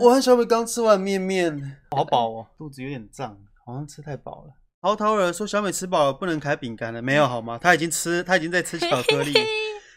我和小北刚吃完面面，好饱哦，肚子有点胀，好像吃太饱了。嚎啕儿说小美吃饱了不能开饼干了，没有好吗？她已经吃，她已经在吃巧克 力了。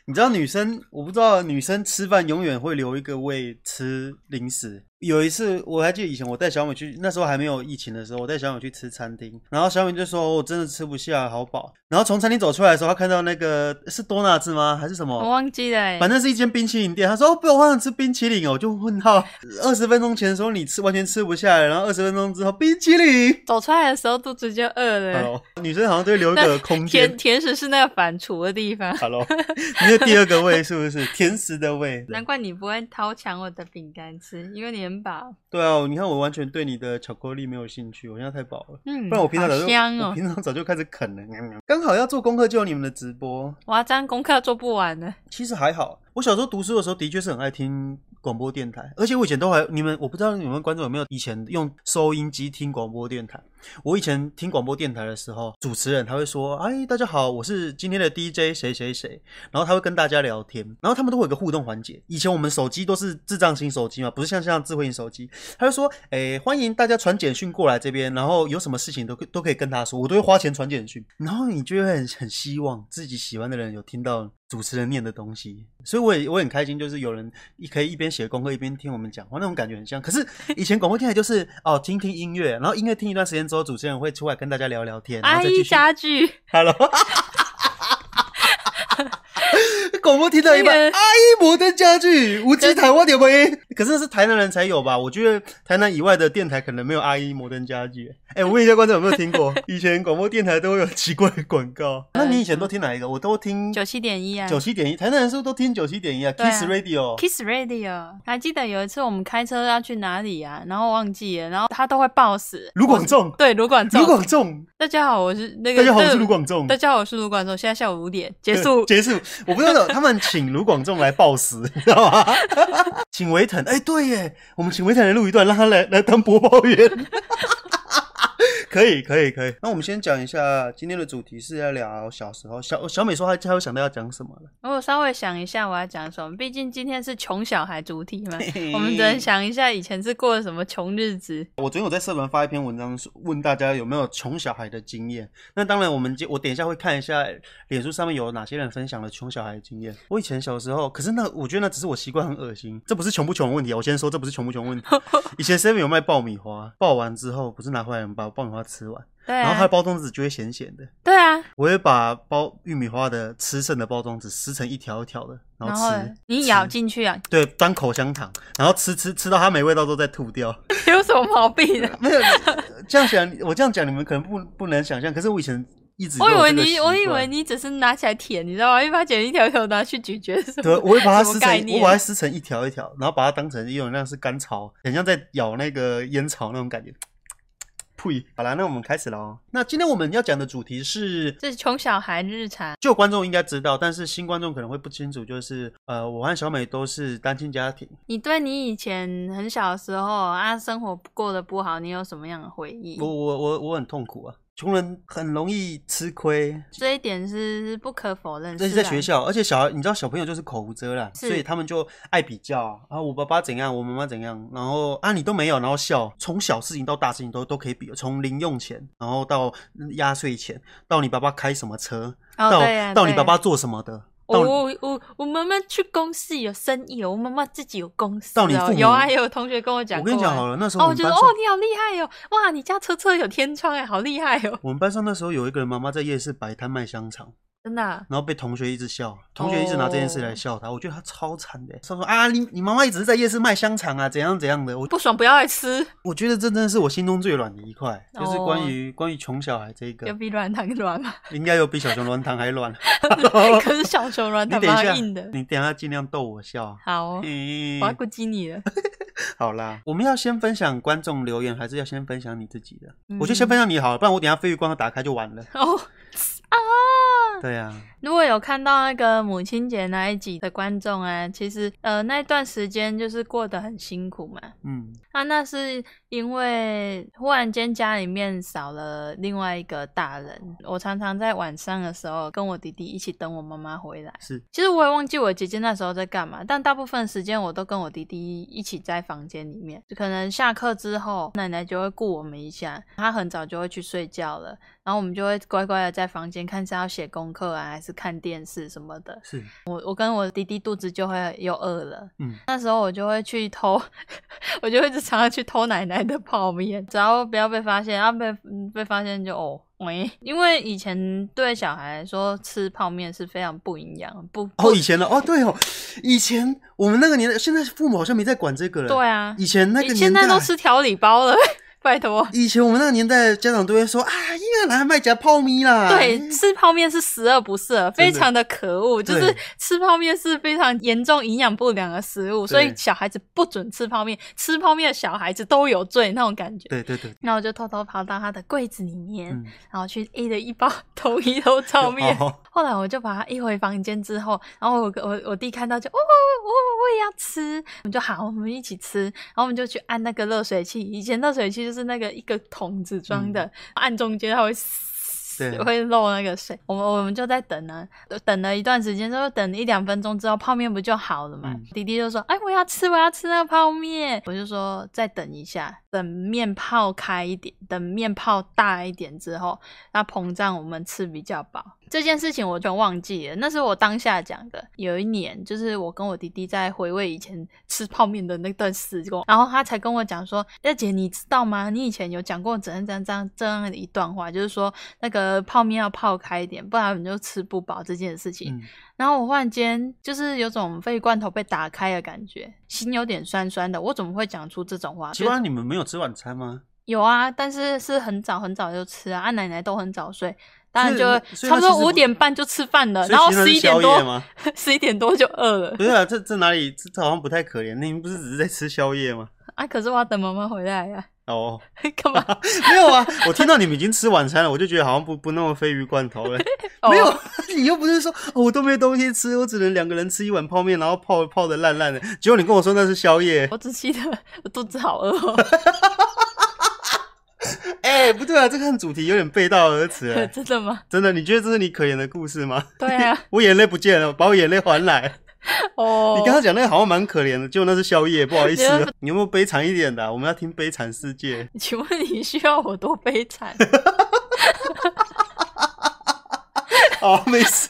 你知道女生，我不知道女生吃饭永远会留一个胃吃零食。有一次我还记得以前我带小美去，那时候还没有疫情的时候，我带小美去吃餐厅，然后小美就说：“哦我、真的吃不下，好饱。”然后从餐厅走出来的时候，她看到那个是多纳兹吗？还是什么？我忘记了欸，哦反正是一间冰淇淋店。他说：“哦，不，我好想吃冰淇淋哦。”我就问他，二十分钟前说你吃完全吃不下来，然后二十分钟之后冰淇淋。走出来的时候肚子就饿了。 Hello，女生好像都会留一个空甜间。甜食是那个反刍的地方， Hello，你是第二个胃是不 是？甜食的胃。难怪你不会偷抢我的饼干吃，因为你很饱。对啊，你看我完全对你的巧克力没有兴趣，我现在太饱了。嗯，不然我平常早好就、香我哦，平常早就开始啃了。喵喵刚好要做功课，就有你们的直播，我要这样功课做不完了。其实还好。我小时候读书的时候，的确是很爱听广播电台，而且我以前都还你们，我不知道你们观众有没有以前用收音机听广播电台。我以前听广播电台的时候，主持人他会说：“哎，大家好，我是今天的 DJ 谁谁谁。”然后他会跟大家聊天，然后他们都会有一个互动环节。以前我们手机都是智障型手机嘛，不是像像智慧型手机，他就说：“哎，欢迎大家传简讯过来这边，然后有什么事情都可以都可以跟他说，我都会花钱传简讯。”然后你就会很很希望自己喜欢的人有听到主持人念的东西，所以我也我很开心，就是有人一可以一边写功课一边听我们讲话，那种感觉很像。可是以前广播电台就是哦，听听音乐，然后音乐听一段时间之后，主持人会出来跟大家聊聊天，然后阿再继姨续。家具， Hello，广播听到一半，那阿个姨摩登家具，无机台湾点播音。可是那是台南人才有吧？我觉得台南以外的电台可能没有阿姨摩登家具。 哎、我问一下观众有没有听过？ 以前广播电台都会有奇怪的广 告。那你以前都听哪一个？我都听九七点一啊九七点一，台南人是不是都听九七点一啊对啊？Kiss Radio。 Kiss Radio，还记得有一次我们开车要去哪里啊？然后忘记了，然后他都会抱死。卢广仲我对卢广仲卢，广仲，大家好，我是那个大家好，我对是卢广仲大。家好，我是卢广仲，现在下午五点结束。 结束。我不知道他们请卢广仲来报时， 你知道 吗？请维腾，哎、对耶，我们请维腾来录一段，让他来来当播报员。 可以，可以，可以。那我们先讲一下今天的主题是要聊小时候。小小美说她她有想到要讲什么了。我稍微想一下我要讲什么，毕竟今天是穷小孩主题嘛嘿嘿， 我们只能想一下以前是过什么穷日子。我昨天有在社团发一篇文章，问大家有没有穷小孩的经验。那当然，我们接我等一下会看一下脸书上面有哪些人分享了穷小孩的经验。我以前小时候，可是那我觉得那只是我习惯很恶心，这不是穷不穷的问题啊。我先说这不是穷不穷 问题。以前 seven 有卖爆米花，爆完之后不是拿回来把爆米花吃完，对然后它的啊，包装纸就会咸咸的。对啊，我会把包玉米花的吃剩的包装纸撕成一条一条的，然然后后吃。你吃咬进去啊，对，当口香糖，然后吃吃吃到它没味道之后再吐掉。你 有什么毛 病啊？没有这样想，我这样讲你们可能不不能想象，可是我以前一直都我以有为这个习你，惯我以为。你只是拿起来舔，你知道吗？一把剪一条一条拿去咀嚼是什对，么？我会把它什撕么成概，念啊我把它撕成一条一条，然后把它当成有点像是甘草，很像在咬那个烟草那种感觉。呸！好啦，那我们开始喽。那今天我们要讲的主题是这是穷小孩日常，旧观众应该知道，但是新观众可能会不清楚，就是呃，我和小美都是单亲家庭。你对你以前很小的时候啊，生活过得不好，你有什么样的回忆我？我我我很痛苦啊，穷人很容易吃亏，这一点是不可否认。这是是在啊学，校，而且小孩，你知道小朋友就是口无遮拦，是所以他们就爱比较啊啊，我爸爸怎样，我妈妈怎样，然后啊你都没有，然后笑，从小事情到大事情都都可以比，从零用钱，然后到压岁钱，到你爸爸开什么车，哦到对啊到你对爸爸做什么的，我到你哦我我我妈妈去公司有生意哦，我妈妈自己有公司到你哦父母有啊，有同学跟我讲我过啊，跟你讲好了，那时候哦，我我们觉班得上、哦你好厉害哦，哇，你家车车有天窗哎，好厉害哦，我们班上那时候有一个人妈妈在夜市摆摊卖香肠，真的啊、然后被同学一直笑，同学一直拿这件事哦来笑他，我觉得他超惨的。他说啊，你你妈妈也只是在夜市卖香肠啊，怎样怎样的。我不爽不要来吃，我觉得这真的是我心中最软的一块，就是哦关于关于穷小孩这一有个，比软糖软 吗？应该有比小熊软糖还 软。可是小熊软你糖等一蛮下，硬的。你等一下尽量逗我笑。好、哦，嗯我要，顾及你了。好啦，我们要先分享观众留言，还是要先分享你自己的？我就嗯先分享你好了，不然我等一下鲱鱼罐要打开就完了。哦啊，对呀、哦如果有看到那个母亲节那一集的观众啊，其实呃那段时间就是过得很辛苦嘛。嗯，啊，那是因为忽然间家里面少了另外一个大人，我常常在晚上的时候跟我弟弟一起等我妈妈回来。是其实我也忘记我姐姐那时候在干嘛，但大部分时间我都跟我弟弟一起在房间里面。就可能下课之后，奶奶就会顾我们一下，她很早就会去睡觉了，然后我们就会乖乖的在房间看是要写功课啊，还是看电视什么的。是，我我跟我弟弟肚子就会又饿了，嗯，那时候我就会去偷， 我就会一直常常去偷奶奶的泡面，只要不要被发现，要被嗯被发现就哦。喂，因为以前对小孩来说吃泡面是非常不营养，不哦，以前的哦，对哦，以前我们那个年代，现在父母好像没在管这个了。对啊，以前那你个年现代，在都吃调理包了， 拜托。以前我们那个年代，家长都会说啊，依然来卖夹泡米啦。对，吃泡面是十恶不赦，非的常的可恶。就是对吃泡面是非常严重营养不良的食物，所以对小孩子不准吃泡面，吃泡面的小孩子都有罪那种感觉。对对对，那我就偷偷跑到他的柜子里面，嗯，然后去 A 了一包 同一头泡面。哦后来我就把它一回房间之后，然后我我我弟看到就哦，我我我也要吃，我们就好，我们一起吃，然后我们就去按那个热水器。以前热水器就是那个一个桶子装的，按中间它会嗯对会漏那个水。我们我们就在等啊，等了一段时间，之后等一两分钟之后，泡面不就好了嘛？嗯弟弟就说：“哎，我要吃，我要吃那个泡面。”我就说：“再等一下，等面泡开一点，等面泡大一点之后，那膨胀我们吃比较饱。”这件事情我全忘记了，那是我当下讲的。有一年，就是我跟我弟弟在回味以前吃泡面的那段时光，然后他才跟我讲说：“二姐，你知道吗？你以前有讲过怎样怎样怎样这样的一段话，就是说那个泡面要泡开一点，不然你就吃不饱这件事情。嗯然后我忽然间就是有种肺罐头被打开的感觉，心有点酸酸的。我怎么会讲出这种话？奇怪，你们没有吃晚餐吗？有啊，但是是很早很早就吃啊，啊奶奶都很早睡，当然所以就会所以差她不多其实不五点半就吃饭了，所以呃然后其实十是一点宵夜多吗，十一点多就饿了 不是啊，这这哪里？这这好像不太可怜。你们不是只是在吃宵夜吗？啊。可是我要等妈妈回来呀、 哦， 干嘛？没有啊，我听到你们已经吃晚餐了，我就觉得好像不不那么鲱鱼罐头了。哦没有，你又不是说、哦、我都没东西吃，我只能两个人吃一碗泡面，然后泡泡的烂烂的。结果你跟我说那是宵夜，我只记得 我肚子好饿、哦。哎、不对啊，这个和主题有点背道而驰、哎 真的吗？真的，你觉得这是你可怜的故事吗？对啊，我眼泪不见了，把我眼泪还来。哦，你刚刚讲那个好像蛮可怜的，结果那是宵夜，不好意思你 啊。你有没有悲惨一点的啊、我们要听悲惨世界。请问你需要我多悲惨？ 哦，没 事。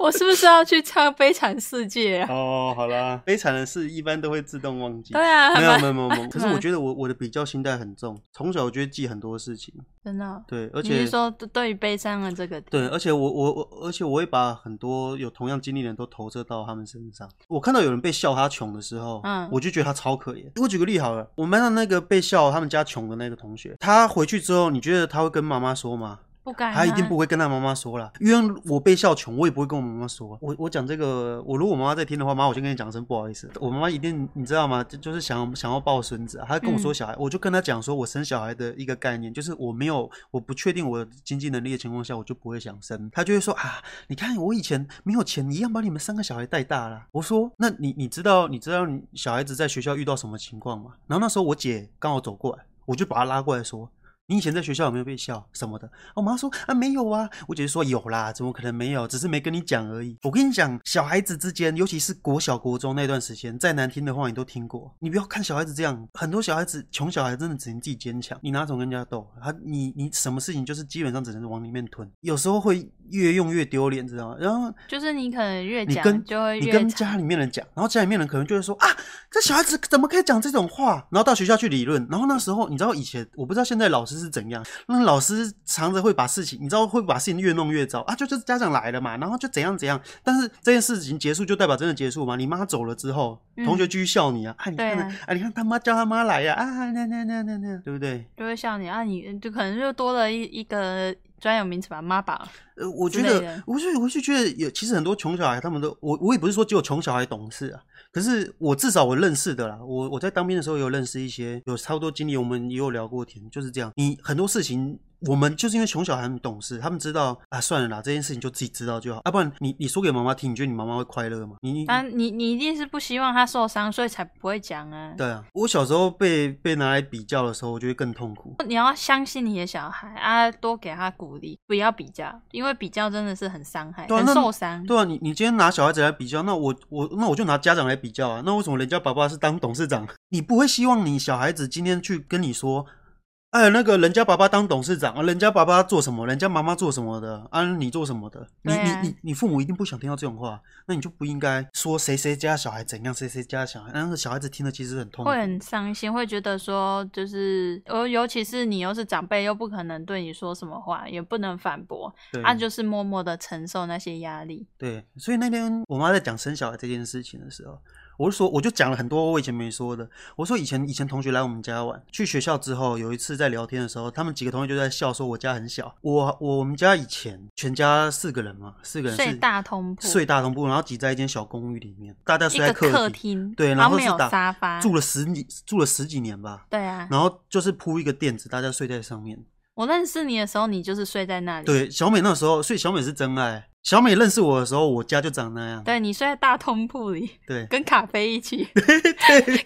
我是不是要去唱《悲惨世界》啊？哦，好啦，悲惨的事一般都会自动忘记。对啊，没有蛮没有没有没 有，可是我蛮觉得我我的比较心态很重，从小我就会记很多事情，真的哦。对，而你且是说对对于悲伤的这个点？对，而且我我我，而且我会把很多有同样经历的人都投射到他们身上。我看到有人被笑他穷的时候，嗯我就觉得他超可怜。我举个例好了，我们班上那个被笑他们家穷的那个同学，他回去之后，你觉得他会跟妈妈说吗？不敢、啊，他一定不会跟他妈妈说啦，因为我被笑穷，我也不会跟我妈妈说。啊我我讲这个，我如果我妈妈在听的话，妈，我先跟你讲声不好意思。我妈妈一定你知道吗？就就是想想要抱孙子、啊，她跟我说嗯小孩，我就跟她讲说我生小孩的一个概念，就是我没有我不确定我的经济能力的情况下，我就不会想生。她就会说啊，你看我以前没有钱，一样把你们三个小孩带大了。我说，那你你知道你知道你小孩子在学校遇到什么情况吗？然后那时候我姐刚好走过来，我就把她拉过来说。你以前在学校有没有被笑什么的？我妈说啊没有啊，我姐姐说有啦，怎么可能没有？只是没跟你讲而已。我跟你讲，小孩子之间，尤其是国小国中那段时间，再难听的话你都听过。你不要看小孩子这样，很多小孩子穷小孩真的只能自己坚强，你拿什么跟人家斗？他你你什么事情就是基本上只能往里面吞，有时候会越用越丢脸，知道吗？然后就是你可能越你讲跟就会你越跟惨家里面人讲，然后家里面人可能就会说啊，这小孩子怎么可以讲这种话？然后到学校去理论，然后那时候你知道以前我不知道现在老师是怎样，那老师常常会把事情，你知道会把事情越弄越糟啊，就就是家长来了嘛，然后就怎样怎样，但是这件事情结束就代表真的结束嘛？你妈走了之后，同学继续笑你啊，啊你看对啊啊你看他妈叫他妈来呀、啊，那那那那那，对不对？就会笑你啊，你就可能就多了一一个专有名词吧，妈宝。呃，我之觉类的得，我是我是觉得有，其实很多穷小孩他们都，我我也不是说只有穷小孩懂事啊，可是我至少我认识的啦，我我在当兵的时候有认识一些有差不多经历，我们也有聊过天，就是这样，你很多事情。我们就是因为穷小孩很懂事，他们知道啊，算了啦，这件事情就自己知道就好，啊要、不然你你说给妈妈听，你觉得你妈妈会快乐吗？你你啊，你你一定是不希望他受伤，所以才不会讲啊。对啊，我小时候被被拿来比较的时候，我就会更痛苦。你要相信你的小孩啊，多给他鼓励，不要比较，因为比较真的是很伤害，对啊很那受伤。对啊，你你今天拿小孩子来比较，那我我那我就拿家长来比较啊。那为什么人家爸爸是当董事长？ 你不会希望你小孩子今天去跟你说，哎，那个人家爸爸当董事长，啊人家爸爸做什么，人家妈妈做什么的，啊，你做什么的？你对啊你你你父母一定不想听到这种话，那你就不应该说谁谁家小孩怎样，谁谁家小孩，那个小孩子听了其实很痛苦。会很伤心，会觉得说，就是，尤尤其是你又是长辈，又不可能对你说什么话，也不能反驳，对啊，就是默默的承受那些压力。对，所以那天我妈在讲生小孩这件事情的时候，我就说，我就讲了很多我以前没说的。我说以前以前同学来我们家玩，去学校之后，有一次在聊天的时候，他们几个同学就在笑说我家很小，我我们家以前全家四个人嘛，四个人睡是大通铺，睡大同铺，然后挤在一间小公寓里面，大家一睡个在客厅，厅，对，然然后没是有打沙发，住了十几住了十几年吧，对啊。然后就是铺一个垫子，大家睡在上面。我认识你的时候，你就是睡在那里，对，小美那时候，所以小美是真爱。小美认识我的时候，我家就长那样。对你睡在大通铺里， 对，跟咖啡一起，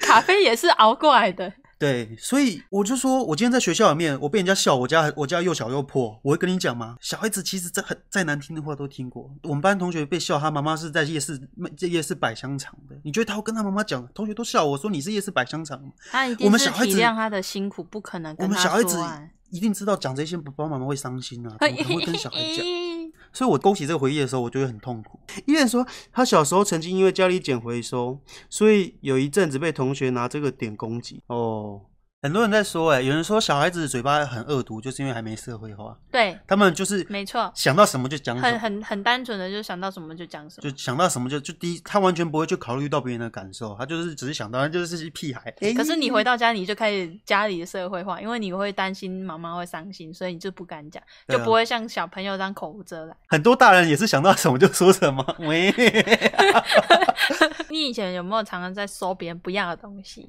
咖啡也是熬过来的。对，所以我就说，我今天在学校里面，我被人家笑，我家我家又小又破，我会跟你讲吗？小孩子其实这很再难听的话都听过。我们班同学被笑，他妈妈是在夜市卖在夜市摆香肠的，你觉得他会跟他妈妈讲？同学都笑我说你是夜市摆香肠吗？他一我定们是小孩体子谅他的辛苦，不可能我跟们他小孩子说啊。一定知道讲这些，爸爸妈妈会伤心 啊，怎么可能会跟小孩讲？所以我勾起这个回忆的时候，我就会很痛苦。伊人说，他小时候曾经因为家里捡回收，所以有一阵子被同学拿这个点攻击。哦，很多人在说、欸，哎，有人说小孩子嘴巴很恶毒，就是因为还没社会化，对，他们就是没错，想到什么就讲什么很。很很单纯的就想到什么就讲什么。就想到什么就就第一，他完全不会去考虑到别人的感受，他就是只是想到，他就是一屁孩。可是你回到家，你就开始家里的社会化，因为你会担心妈妈会伤心，所以你就不敢讲，对就啊不会像小朋友这样口无遮拦。 很多大人也是想到什么就说什么，喂， 你以前有没有常常在收别人不要的东西？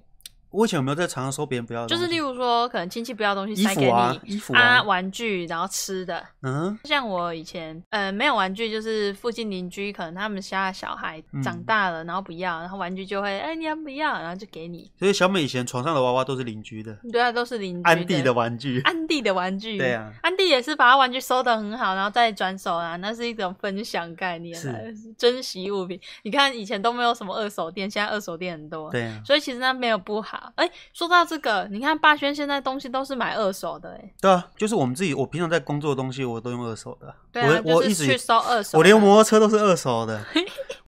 我以前有没有在常常说别人不要的就东西？是例如说，可能亲戚不要的东西衣塞给服你啊，衣服啊啊，玩具，然后吃的。嗯，像我以前，呃，没有玩具，就是附近邻居可能他们家的小孩嗯长大了，然后不要，然后玩具就会，哎、你要不要？然后就给你。所以小美以前床上的娃娃都是邻居的，对啊，都是邻居安迪的玩具。安迪的玩具，对啊安迪也是把他玩具收的很好，然后再转手啊，那是一种分享概念啊， 珍惜物品。你看以前都没有什么二手店，现在二手店很多，对啊，所以其实那没有不好。哎、说到这个，你看霸轩现在东西都是买二手的、哎，对啊，就是我们自己，我平常在工作的东西我都用二手的，对啊，我我就一是去直收二手的，我连摩托车都是二手 的，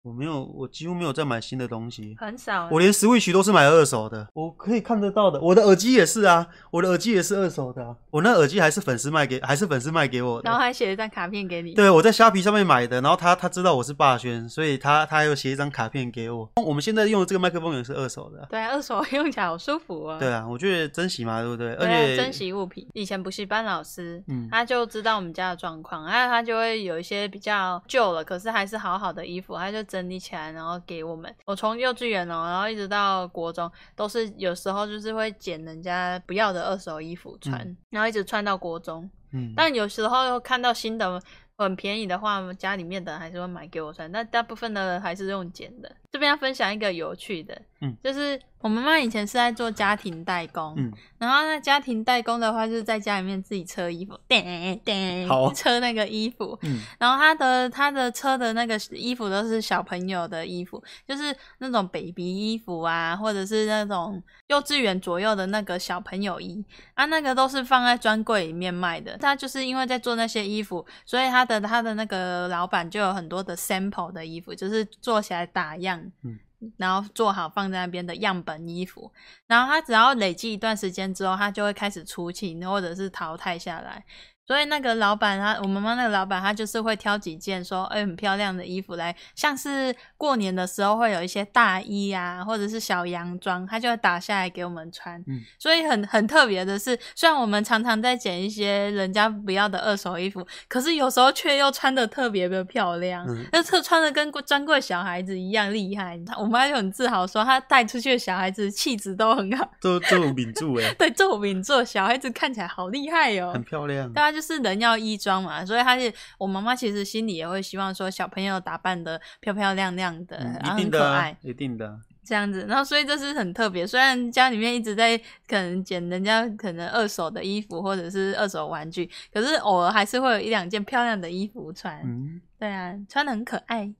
我没有，我几乎没有在买新的东西。很少、我连 Switch 都是买二手的，我可以看得到的。我的耳机也是啊，我的耳机也是二手的啊、我那耳机还是粉丝卖给，还是粉丝卖给我然后的。还写了一张卡片给你，对，我在虾皮上面买的，然后他他知道我是霸轩，所以他他又写一张卡片给我。我们现在用的这个麦克风也是二手的啊、对啊，二手用起来好舒服哦。对啊，我觉得珍惜嘛，对不对？而对且啊，珍惜物品。以前补习班老师，嗯他就知道我们家的状况，然后他就会有一些比较旧了，可是还是好好的衣服，他就整理起来，然后给我们。我从幼稚园哦，然后一直到国中，都是有时候就是会捡人家不要的二手衣服穿，然后一直穿到国中。嗯，但有时候又看到新的很便宜的话，家里面的人还是会买给我穿，但大部分的人还是用剪的。这边要分享一个有趣的，嗯，就是我妈妈以前是在做家庭代工，嗯，然后呢，家庭代工的话就是在家里面自己车衣服， 叮叮，好车那个衣服，嗯然后他的他的车的那个衣服都是小朋友的衣服，就是那种 baby 衣服啊，或者是那种幼稚园左右的那个小朋友衣啊，那个都是放在专柜里面卖的。他就是因为在做那些衣服，所以他的他的那个老板就有很多的 sample 的衣服，就是做起来打样。嗯然后做好放在那边的样本衣服，然后他只要累积一段时间之后，他就会开始出清或者是淘汰下来。所以那个老板他，我妈妈那个老板，他就是会挑几件说，哎、很漂亮的衣服来，像是过年的时候会有一些大衣啊，或者是小洋装，他就会打下来给我们穿。嗯，所以很很特别的是，虽然我们常常在捡一些人家不要的二手衣服，可是有时候却又穿的特别的漂亮，嗯那特穿的跟专柜小孩子一样厉害。我妈就很自豪说，她带出去的小孩子气质都很好，这这种名著哎，对，作品做小孩子看起来好厉害 哦，很漂亮。嗯对啊，就是人要衣装嘛，所以她是我妈妈，其实心里也会希望说小朋友打扮的漂漂亮亮的，嗯然后一定很可的啊、爱一定的啊、这样子。然后所以这是很特别，虽然家里面一直在可能捡人家可能二手的衣服或者是二手玩具，可是偶尔还是会有一两件漂亮的衣服穿。嗯，对啊，穿的很可爱。嗯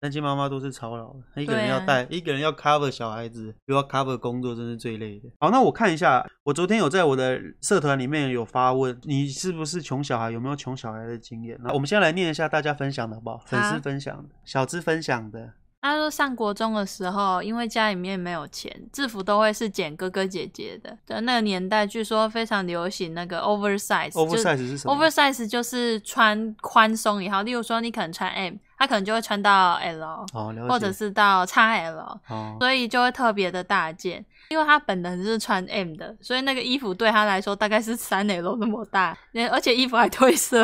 单亲妈妈都是操劳的，一个人对啊要带，一个人要 cover 小孩子，又要 cover 工作，真是最累的。好，那我看一下，我昨天有在我的社团里面有发问，你是不是穷小孩？有没有穷小孩的经验？那我们先来念一下大家分享的好不好？粉丝分享的，小资分享的，他说上国中的时候，因为家里面没有钱，制服都会是捡哥哥姐姐的。的那个年代，据说非常流行那个 oversize 就。 oversize 是什么 oversize 就是穿宽松也好，例如说你可能穿 M，他可能就会穿到 L，哦，了解。或者是到 XL，哦，所以就会特别的大件。因为他本人是穿 M 的，所以那个衣服对他来说大概是三 L 那么大，那而且衣服还褪色。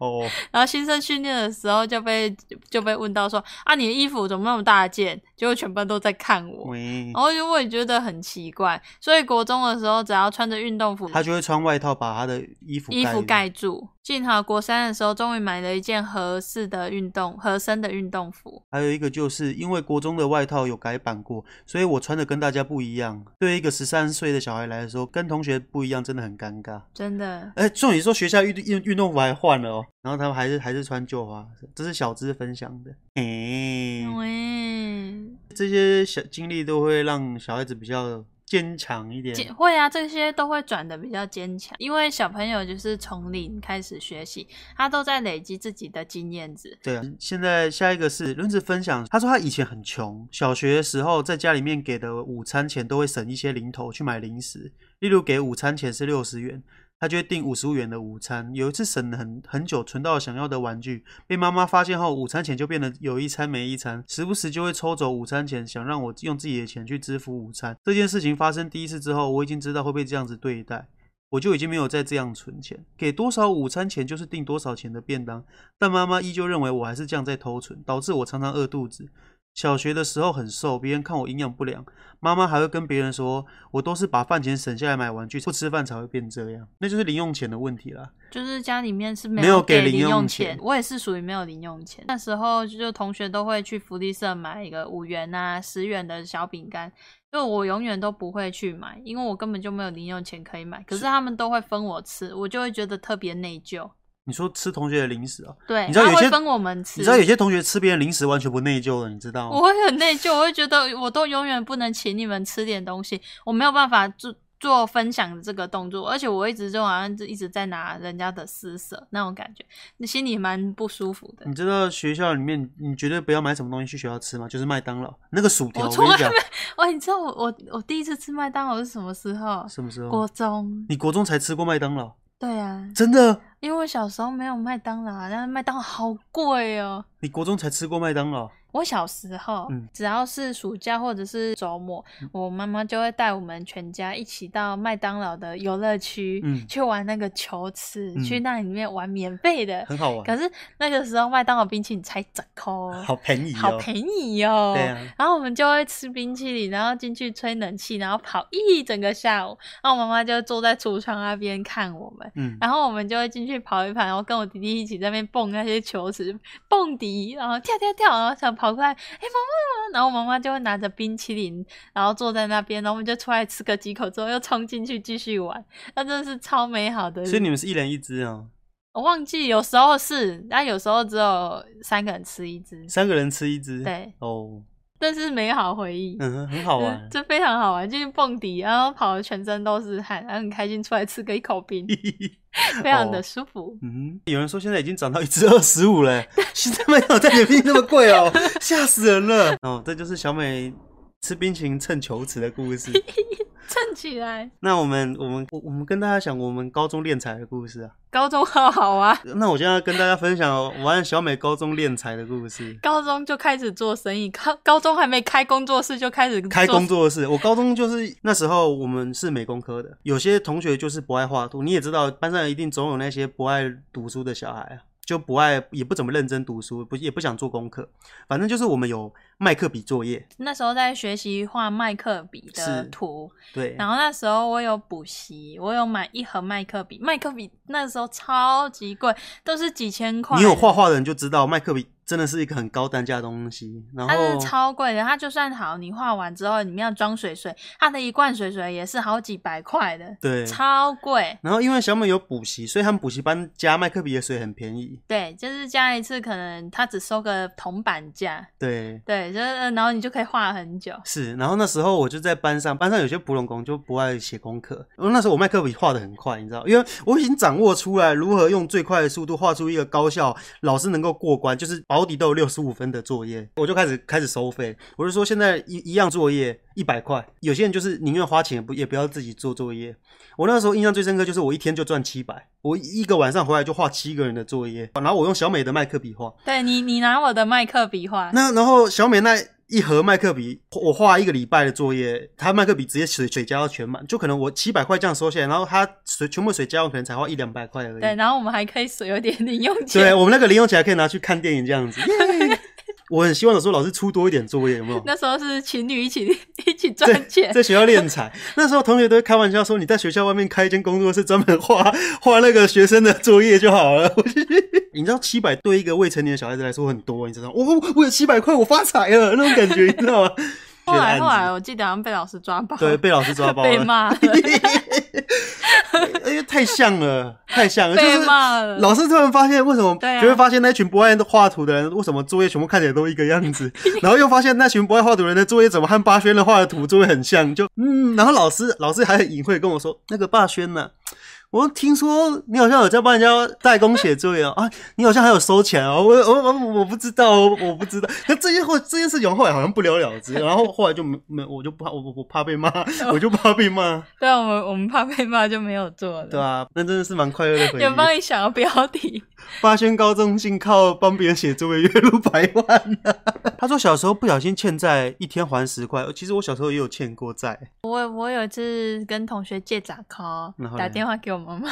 哦，然后新生训练的时候就被就被问到说啊，你的衣服怎么那么大件？结果全班都在看我，喂然，后就我也觉得很奇怪。所以国中的时候，只要穿着运动服，他就会穿外套把他的衣服嗯衣服住盖住。幸好国三的时候，终于买了一件合适的运动合身的运动服。还有一个就是因为国中的外套有改版过，所以我穿的跟大家不一样。对于一个十三岁的小孩来说，跟同学不一样真的很尴尬。真的，哎，重点说学校运运运动服还换了哦，然后他们还是还是穿旧花，这是小资分享的。嗯哎，喂，这些小经历都会让小孩子比较坚强一点。坚会啊，这些都会转的比较坚强，因为小朋友就是从零开始学习，他都在累积自己的经验值。对啊，现在下一个是轮子分享，他说他以前很穷，小学的时候在家里面给的午餐钱都会省一些零头去买零食，例如给午餐钱是六十元，他就会订五十五元的午餐。有一次省了很很久，存到了想要的玩具，被妈妈发现后，午餐钱就变得有一餐没一餐，时不时就会抽走午餐钱，想让我用自己的钱去支付午餐。这件事情发生第一次之后，我已经知道会被这样子对待。我就已经没有再这样存钱，给多少午餐钱就是订多少钱的便当，但妈妈依旧认为我还是这样在偷存，导致我常常饿肚子。小学的时候很瘦，别人看我营养不良，妈妈还会跟别人说我都是把饭钱省下来买玩具，不吃饭才会变这样，那就是零用钱的问题啦。就是家里面是没没有给给零用用钱我也是属于没有零用钱。那时候就同学都会去福利社买一个五元啊、十元的小饼干，就我永远都不会去买，因为我根本就没有零用钱可以买。可是他们都会分我吃，我就会觉得特别内疚。你说吃同学的零食啊？对，你知道有他些会分我们吃，你知道有些同学吃别人零食完全不内疚的，你知道我吗？会很内疚，我会觉得我都永远不能请你们吃点东西，我没有办法做做分享的这个动作，而且我一直就好像一直在拿人家的施舍那种感觉，你心里蛮不舒服的。你知道学校里面你绝对不要买什么东西去学校吃吗？就是麦当劳那个薯条，我我从跟你来讲，哇，你知道我我我第一次吃麦当劳是什么时候？什么时候国？中。你国中才吃过麦当劳？对啊，真的？因为我小时候没有麦当劳，啊但是麦当劳好贵哦。你国中才吃过麦当劳？我小时候，嗯只要是暑假或者是周末，我妈妈就会带我们全家一起到麦当劳的游乐区、嗯去玩那个球池，嗯去那里面玩免费的。很好玩，可是那个时候麦当劳冰淇淋才折扣，好便宜好哦。便宜哦。对啊，然后我们就会吃冰淇淋，然后进去吹冷气，然后跑一整个下午。然后我妈妈就坐在橱窗那边看我们，嗯，然后我们就会进去跑一跑，然后跟我弟弟一起在那边蹦那些球池，蹦迪，然后跳跳跳，然后想跑过来，哎、妈妈妈妈，然后我妈妈就会拿着冰淇淋，然后坐在那边，然后我们就出来吃个几口之后，又冲进去继续玩，那真的是超美好的。所以你们是一人一只啊、哦，我忘记有时候是，但有时候只有三个人吃一只，三个人吃一只。对，哦，但是美好回忆。嗯哼，很好这玩。这非常好玩，就是蹦迪，然后跑的全身都是汗，然后很开心出来吃个一口冰，非常的舒服。 嗯，有人说现在已经涨到一只二十五 了，现在没有在你面那么贵哦，吓死人了。哦，这就是小美吃冰淇淋蹭球池的故事。蹭起来。那我们我们我我们跟大家讲我们高中练才的故事啊。高中 好好啊，那我现在要跟大家分享我和小美高中练才的故事。高中就开始做生意，高高中还没开工作室就开始 开做工作室，我高中就是那时候我们是美工科的，有些同学就是不爱画图，你也知道班上一定总有那些不爱读书的小孩啊，就不爱也不怎么认真读书，不也不想做功课，反正就是我们有麦克笔作业，那时候在学习画麦克笔的是图，对，然后那时候我有补习，我有买一盒麦克笔，麦克笔那时候超级贵，都是几千块。你有画？画的人就知道麦克笔真的是一个很高单价的东西，然它是后超贵的，它就算好，你画完之后，你们要装水水，它的一罐水水也是好几百块的，对，超贵。然后因为小美有补习，所以他们补习班加麦克笔的水很便宜，对，就是加一次，可能它只收个铜板价，对。对，就是呃然后你就可以画很久。是，然后那时候我就在班上，班上有些普龙工就不爱写功课。然后那时候我麦克笔画的很快，你知道，因为我已经掌握出来如何用最快的速度画出一个高效、老师能够过关，就是保底都有六十五分的作业，我就开始开始收费。我就说现在一一样作业一百块，有些人就是宁愿花钱也不也不要自己做作业。我那时候印象最深刻就是我一天就赚七百，我一个晚上回来就画七个人的作业，然后我用小美的麦克笔画，对你，你拿我的麦克笔画，那然后小美那一盒麦克笔，我画一个礼拜的作业，她麦克笔直接水水加到全满，就可能我七百块这样收下来，然后她水全部水加完可能才花一两百块而已。对，然后我们还可以省有点零用钱。对，我们那个零用钱还可以拿去看电影这样子。耶 我很希望有时候老师出多一点作业，有 没有？那时候是情侣一起 一起赚钱，在学校练财，那时候同学都会开玩笑说，你在学校外面开一间工作室，专门 画画那个学生的作业就好了。我 就觉得你知道，七百对一个未成年的小孩子来说很多，你知道吗？我我我有七百块，我发财了那种感觉，你知 道吗？后来后觉得案来子我记得好像被老师抓包， 对，被老师抓包 被 了，哎骂了，因为太像了，太像了，就 被是骂了。老师突然发现，为什么对啊就会发现那群不爱画图的人，为什么作业全部看起来都一个样 子？然后又发现那群不爱画图的人的作业怎么和霸轩的画的图作业很像？就嗯，然后老师老师还很隐晦地跟我说，那个霸轩呢、我听说你好像有在帮人家代工写作业哦啊， 你好像还有收钱哦，我我我我不知道，我我不知道。可这些后这件事情后来好像不了了之，然后后来就没没，我就怕我我我怕被骂，哦我就怕被骂，对啊，我们我们怕被骂就没有做了。对啊，那真的是蛮快乐的回忆。有帮你想要标题，八仙高中竟靠帮别人写作业月入百万、啊。他说小时候不小心欠债，一天还十块。其实我小时候也有欠过债，我我有一次跟同学借杂考然后，嘞打电话给我妈妈，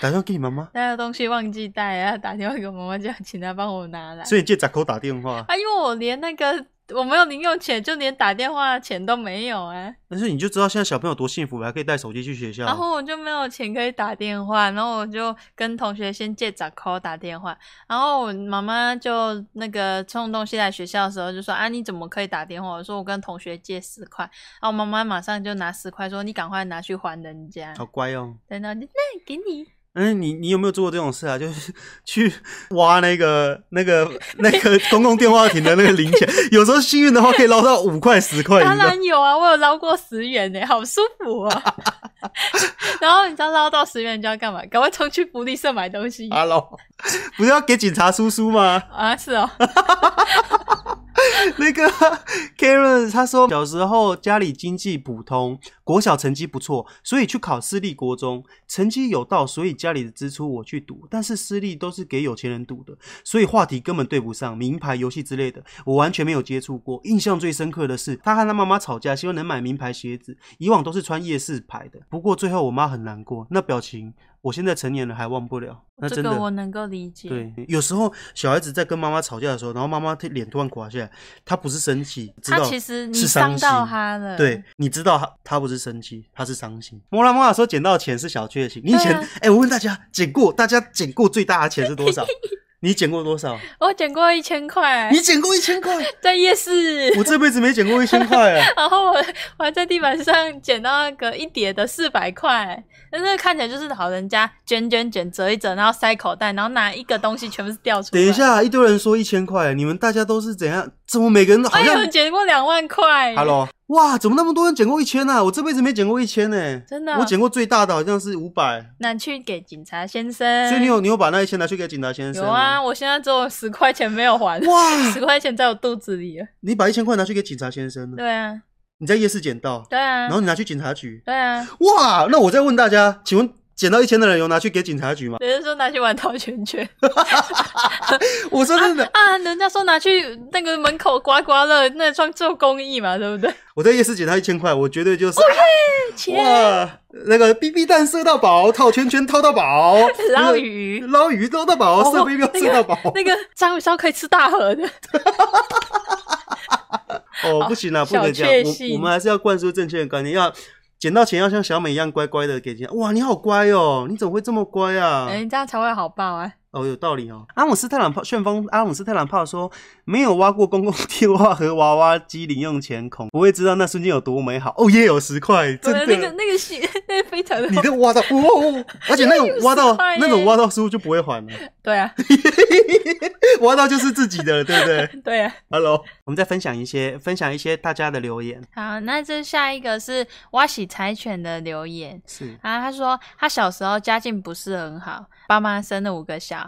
打电话给你妈 妈，那个东西忘记带，然后打电话给我妈妈叫请她帮我拿来。所以你借闸口打电话，啊，因为我连那个我没有零用钱，就连打电话的钱都没有啊。但是你就知道现在小朋友多幸福了，还可以带手机去学校。然后我就没有钱可以打电话，然后我就跟同学先借找 call 打电话，然后我妈妈就那个送东西来学校的时候就说啊你怎么可以打电话？我说我跟同学借十块，然后我妈妈马上就拿十块说你赶快拿去还人家，好乖哦。对，然后就那给你，嗯，你你有没有做过这种事啊？ 就是去挖那个、那个、那个公共电话亭的那个零 钱，有时候幸运的话可以捞到五块、十块，你当知道？然有啊，我有捞过十元呢，好舒服啊。 然后你知道捞到十元就要干嘛？赶快冲去福利社买东西啊 Hello，不是要给警察叔叔吗？是哦， 那个 Karen 他说，小时候家里经济普通，国小成绩不错，所以去考私立国中，成绩有到，所以家里的支出我去赌，但是私立都是给有钱人赌的，所以话题根本对不上，名牌、游戏之类的，我完全没有接触过。印象最深刻的是，他和他妈妈吵架，希望能买名牌鞋子，以往都是穿夜市牌的，不过最后我妈很难过，那表情我现在成年了还忘不了，那这真个的。我能够理解。对，有时候小孩子在跟妈妈吵架的时候，然后妈妈脸突然垮下来，她不是生气，知他道其实嗯你是伤伤到心。他了，对，你知道她她不是生气，她是伤心。莫拉莫拉说捡到钱是小确幸。你以前，哎、对啊我问大家，捡过大家捡过最大的钱是多 少？你捡过多少？我捡过一千块你，捡过一千块？在夜市，我这辈子没捡过一千块 啊！然后我我还在地板上捡到那个一叠的四百块，但是看起来就是老人家卷卷卷折一折，然后塞口袋，然后拿一个东西全部是掉出来。等一，下，一堆人说一千块，你们大家都是怎样？怎么每个人好哎像、呦，捡过两万块 Hello？哇，怎么那么多人捡过一千啊？我这辈子没捡过一千呢、真的啊我捡过最大的好像是五百。拿去给警察先生。所以你有你有把那一千拿去给警察先生？嗯有啊？。我现在只有十块钱没有还，哇，十块钱在我肚子里了。你把一千块拿去给警察先生了？对啊，你在夜市捡到，对啊然，后你拿去警察局，对啊，哇，那我再问大家，请问捡到一千的人有拿去给警察局吗？人家说拿去玩套圈圈我说真的，啊，人家说拿去那个门口刮刮乐，那算做公益嘛，对不对？我在夜市捡到一千块，我绝对哦就是切，哇，那个 BB 弹射到宝，套圈圈套到宝，捞鱼，捞鱼捞到哦宝，射飞镖射到宝。那个章鱼烧可以吃大盒的，哦，不行啦，不小能这确样，幸我我们还是要灌输正确的观念，要捡到钱要像小美一样乖乖的给钱。哇，你好乖哦，你怎么会这么乖啊？哎，这样才会好报啊。哦，有道理哦。阿姆斯特朗炮旋风，阿姆斯特朗炮说，没有挖过公共地瓜和娃娃机零用钱孔，不会知道那瞬间有多美好。哦，也有十块，真的。对，那个那个是那个 非常的你，都挖到，哇、哦！而且那种挖到10块耶那种挖到书就不会还了， 对啊，挖到就是自己的了，对不对对啊。 ？Hello，我 们再分享一些分享一些大家的留言，好，那这下一个是挖喜柴犬的留言，是啊，他说他小时候家境不是很好，爸妈生了五个小孩。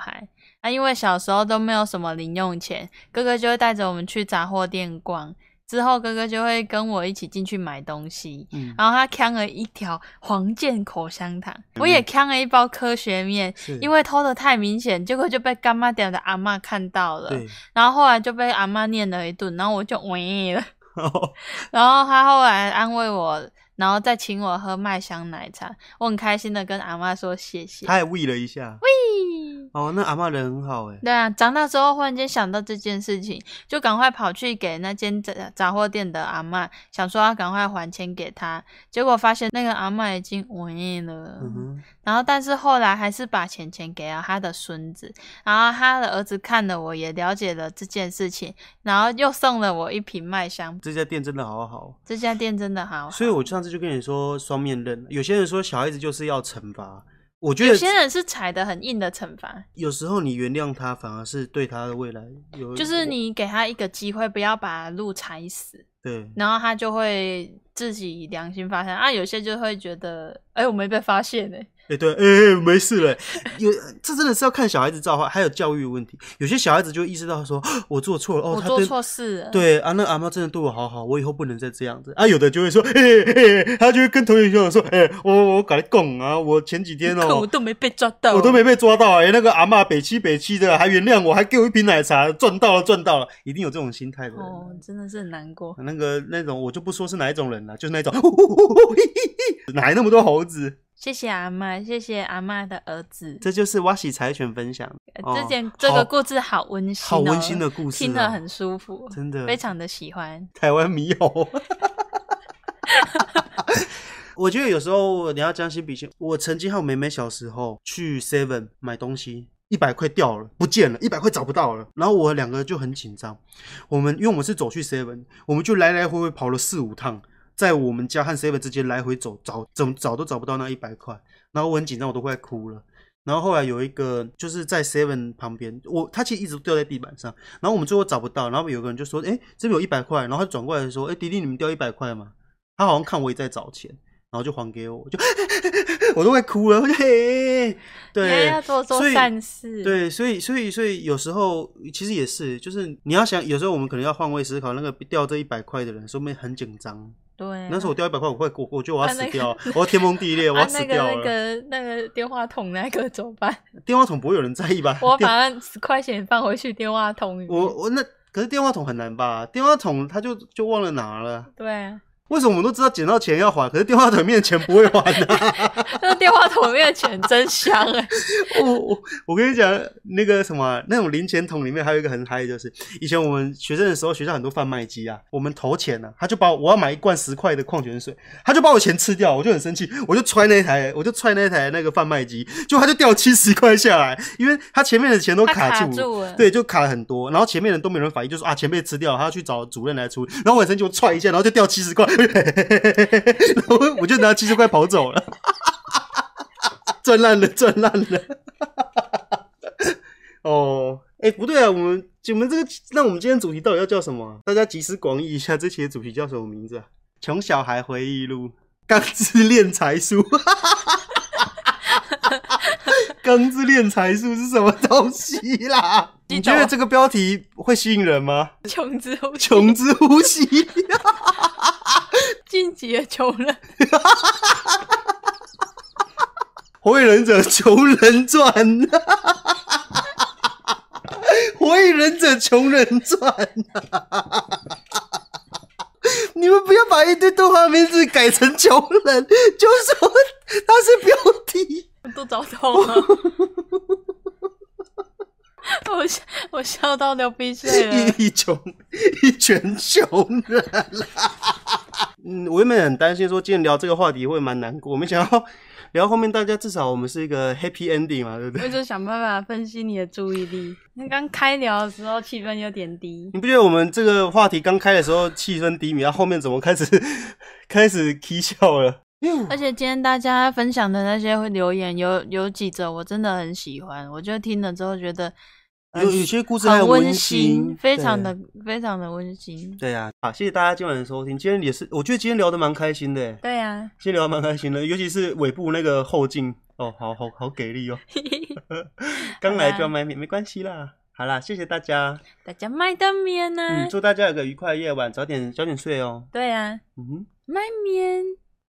啊，因为小时候都没有什么零用钱，哥哥就会带着我们去杂货店逛。之后哥哥就会跟我一起进去买东西，嗯然后他扛了一条黄健口香糖，我也扛了一包科学面，嗯是因为偷的太明显，结果就被干妈店的阿嬷看到了，对， 然后后来就被阿嬷念了一顿，然后我就 喂了。哦然后他后来安慰我，然后再请我喝麦香奶茶，我很开心的跟阿妈说谢谢。他也喂了一下，嘿哦，那阿嬷人很好哎，对啊，长大之后忽然间想到这件事情，就赶快跑去给那间杂杂货店的阿妈，想说要赶快还钱给他，结果发现那个阿妈已经喂了。嗯哼，然后，但是后来还是把钱钱给了他的孙子，然后他的儿子看了我，也了解了这件事情，然后又送了我一瓶麦香。这家店真的好好。这家店真的好好，所以我上次就跟你说双面刃，有些人说小孩子就是要惩罚，我觉有得些人是踩的很硬的惩罚，有时候你原谅他，反而是对他的未来有，就是你给他一个机会，不要把路踩死，对然后他就会自己良心发现啊。有些就会觉得，哎、我没被发现哎、哎、对，哎、哎没事了。有这真的是要看小孩子造化，还有教育问题。有些小孩子就意识到说，啊我做错了，哦，我他做对错事了。对啊，那阿妈真的对我好好，我以后不能再这样子啊。有的就会说，哎、哎、他就会跟同学讲说，哎、我我搞你拱啊，我前几天看我哦。都没被抓到，我都没被抓到哎、那个阿嬷北七北七的还原谅我，还给我一瓶奶茶，赚到了赚到了，一定有这种心态的人。哦，真的是很难过。那个那种我就不说是哪一种人了，就是那种，呼呼呼呼嘿嘿嘿哪来那么多猴子？谢谢阿妈，谢谢阿妈的儿子，这就是挖喜柴犬分享，呃这哦件、这个好故事好温馨、哦，好温馨的故事哦听得很舒服，真的非常的喜欢。台湾猕猴。我觉得有时候你要将心比心。我曾经和我妹妹小时候去 Seven 买东西，一百块掉了，不见了，一百块找不到了。然后我两个就很紧张，我们因为我们是走去 Seven，我们就来来回回跑了四五趟，在我们家和 Seven 之间来回走，找怎么找都找不到那一百块。然后我很紧张，我都快哭了。然后后来有一个就是在 Seven 旁边，我他其实一直掉在地板上，然后我们最后找不到，然后有个人就说：“哎、这边有一百块。”然后他转过来说：“哎、迪迪，你们掉一百块吗？”他好像看我也在找钱，然后就还给我，我就 我都快哭了，我就嘿，也对，要做做所以善事，，对，所以所以所以有时候其实也是，就是你要想，有时候我们可能要换位思考，那个掉这一百块的人，说明很紧张。对啊那时候我掉一百块，我快我我觉得我要啊那死个掉，我要天崩地 裂，我啊要，死那个掉那了。个那个电话筒那个怎么办？电话筒不会有人在意吧？我电把十块钱放回去电话筒里。我我那可是电话筒很难吧？电话筒他就就忘了拿了。对啊，为什么我们都知道捡到钱要还，可是电话筒里面的钱不会还呢、那电话筒里面的钱真香哎、 我我我跟你讲，那个什么，那种零钱桶里面还有一个很嗨，的就是以前我们学生的时候，学校很多贩卖机啊，我们投钱呢、啊，他就把我我要买一罐十块的矿泉水，他就把我钱吃掉，我就很生气，我就踹那台，我就踹那台那个贩卖机，就他就掉七十块下来，因为他前面的钱都他卡卡住。住了。对，就卡了很多，然后前面人都没人反应，就说啊，钱被吃掉了，他要去找主任来处理。然后我很生气，我踹一下，然后就掉七十块， 然后我就拿七十块跑走了， 赚烂了，赚烂了。 哦，哎，不对啊，我们我们这个，那我们今天主题到底要叫什么啊？大家集思广益一下，这期的主题叫什么名字啊？穷小孩回忆录， 钢之炼财术。钢之炼财术是什么东西啦？记你得觉得这个标题会吸引人吗？穷之后穷之呼吸，进击的穷人， 火影忍者穷人传》 《火影忍者穷人传》 你们不要把一堆动画名字改成穷人，就说它是标题。我都找痛了。 我笑我笑到流鼻水了。 一一穷一群穷人。嗯，我原本很担心说今天聊这个话题会蛮难过，没想到聊后面大家至少我们是一个 happy ending 嘛，对不我对？就想办法分析你的注意力。那刚开聊的时候气氛有点低，你不觉得我们这个话题刚开的时候气氛低迷，然后后面怎么开始开始 k 笑了？而且今天大家分享的那些留言，有有几则我真的很喜欢，我就听了之后觉得有有些故事还很很温馨馨，，非常的非常的温馨。对啊。啊，谢谢大家今晚的收听，今天也是我觉得今天聊得蛮开心的耶，对呀、今天聊得蛮开心的，尤其是尾部那个后劲哦，好好好给力哦。刚来就要卖面，没关系啦。好啦，谢谢大家。嗯 大家麦当面呢、啊嗯，祝大家有个愉快的夜晚，早点早点睡哦。对呀、啊嗯哼。麦面。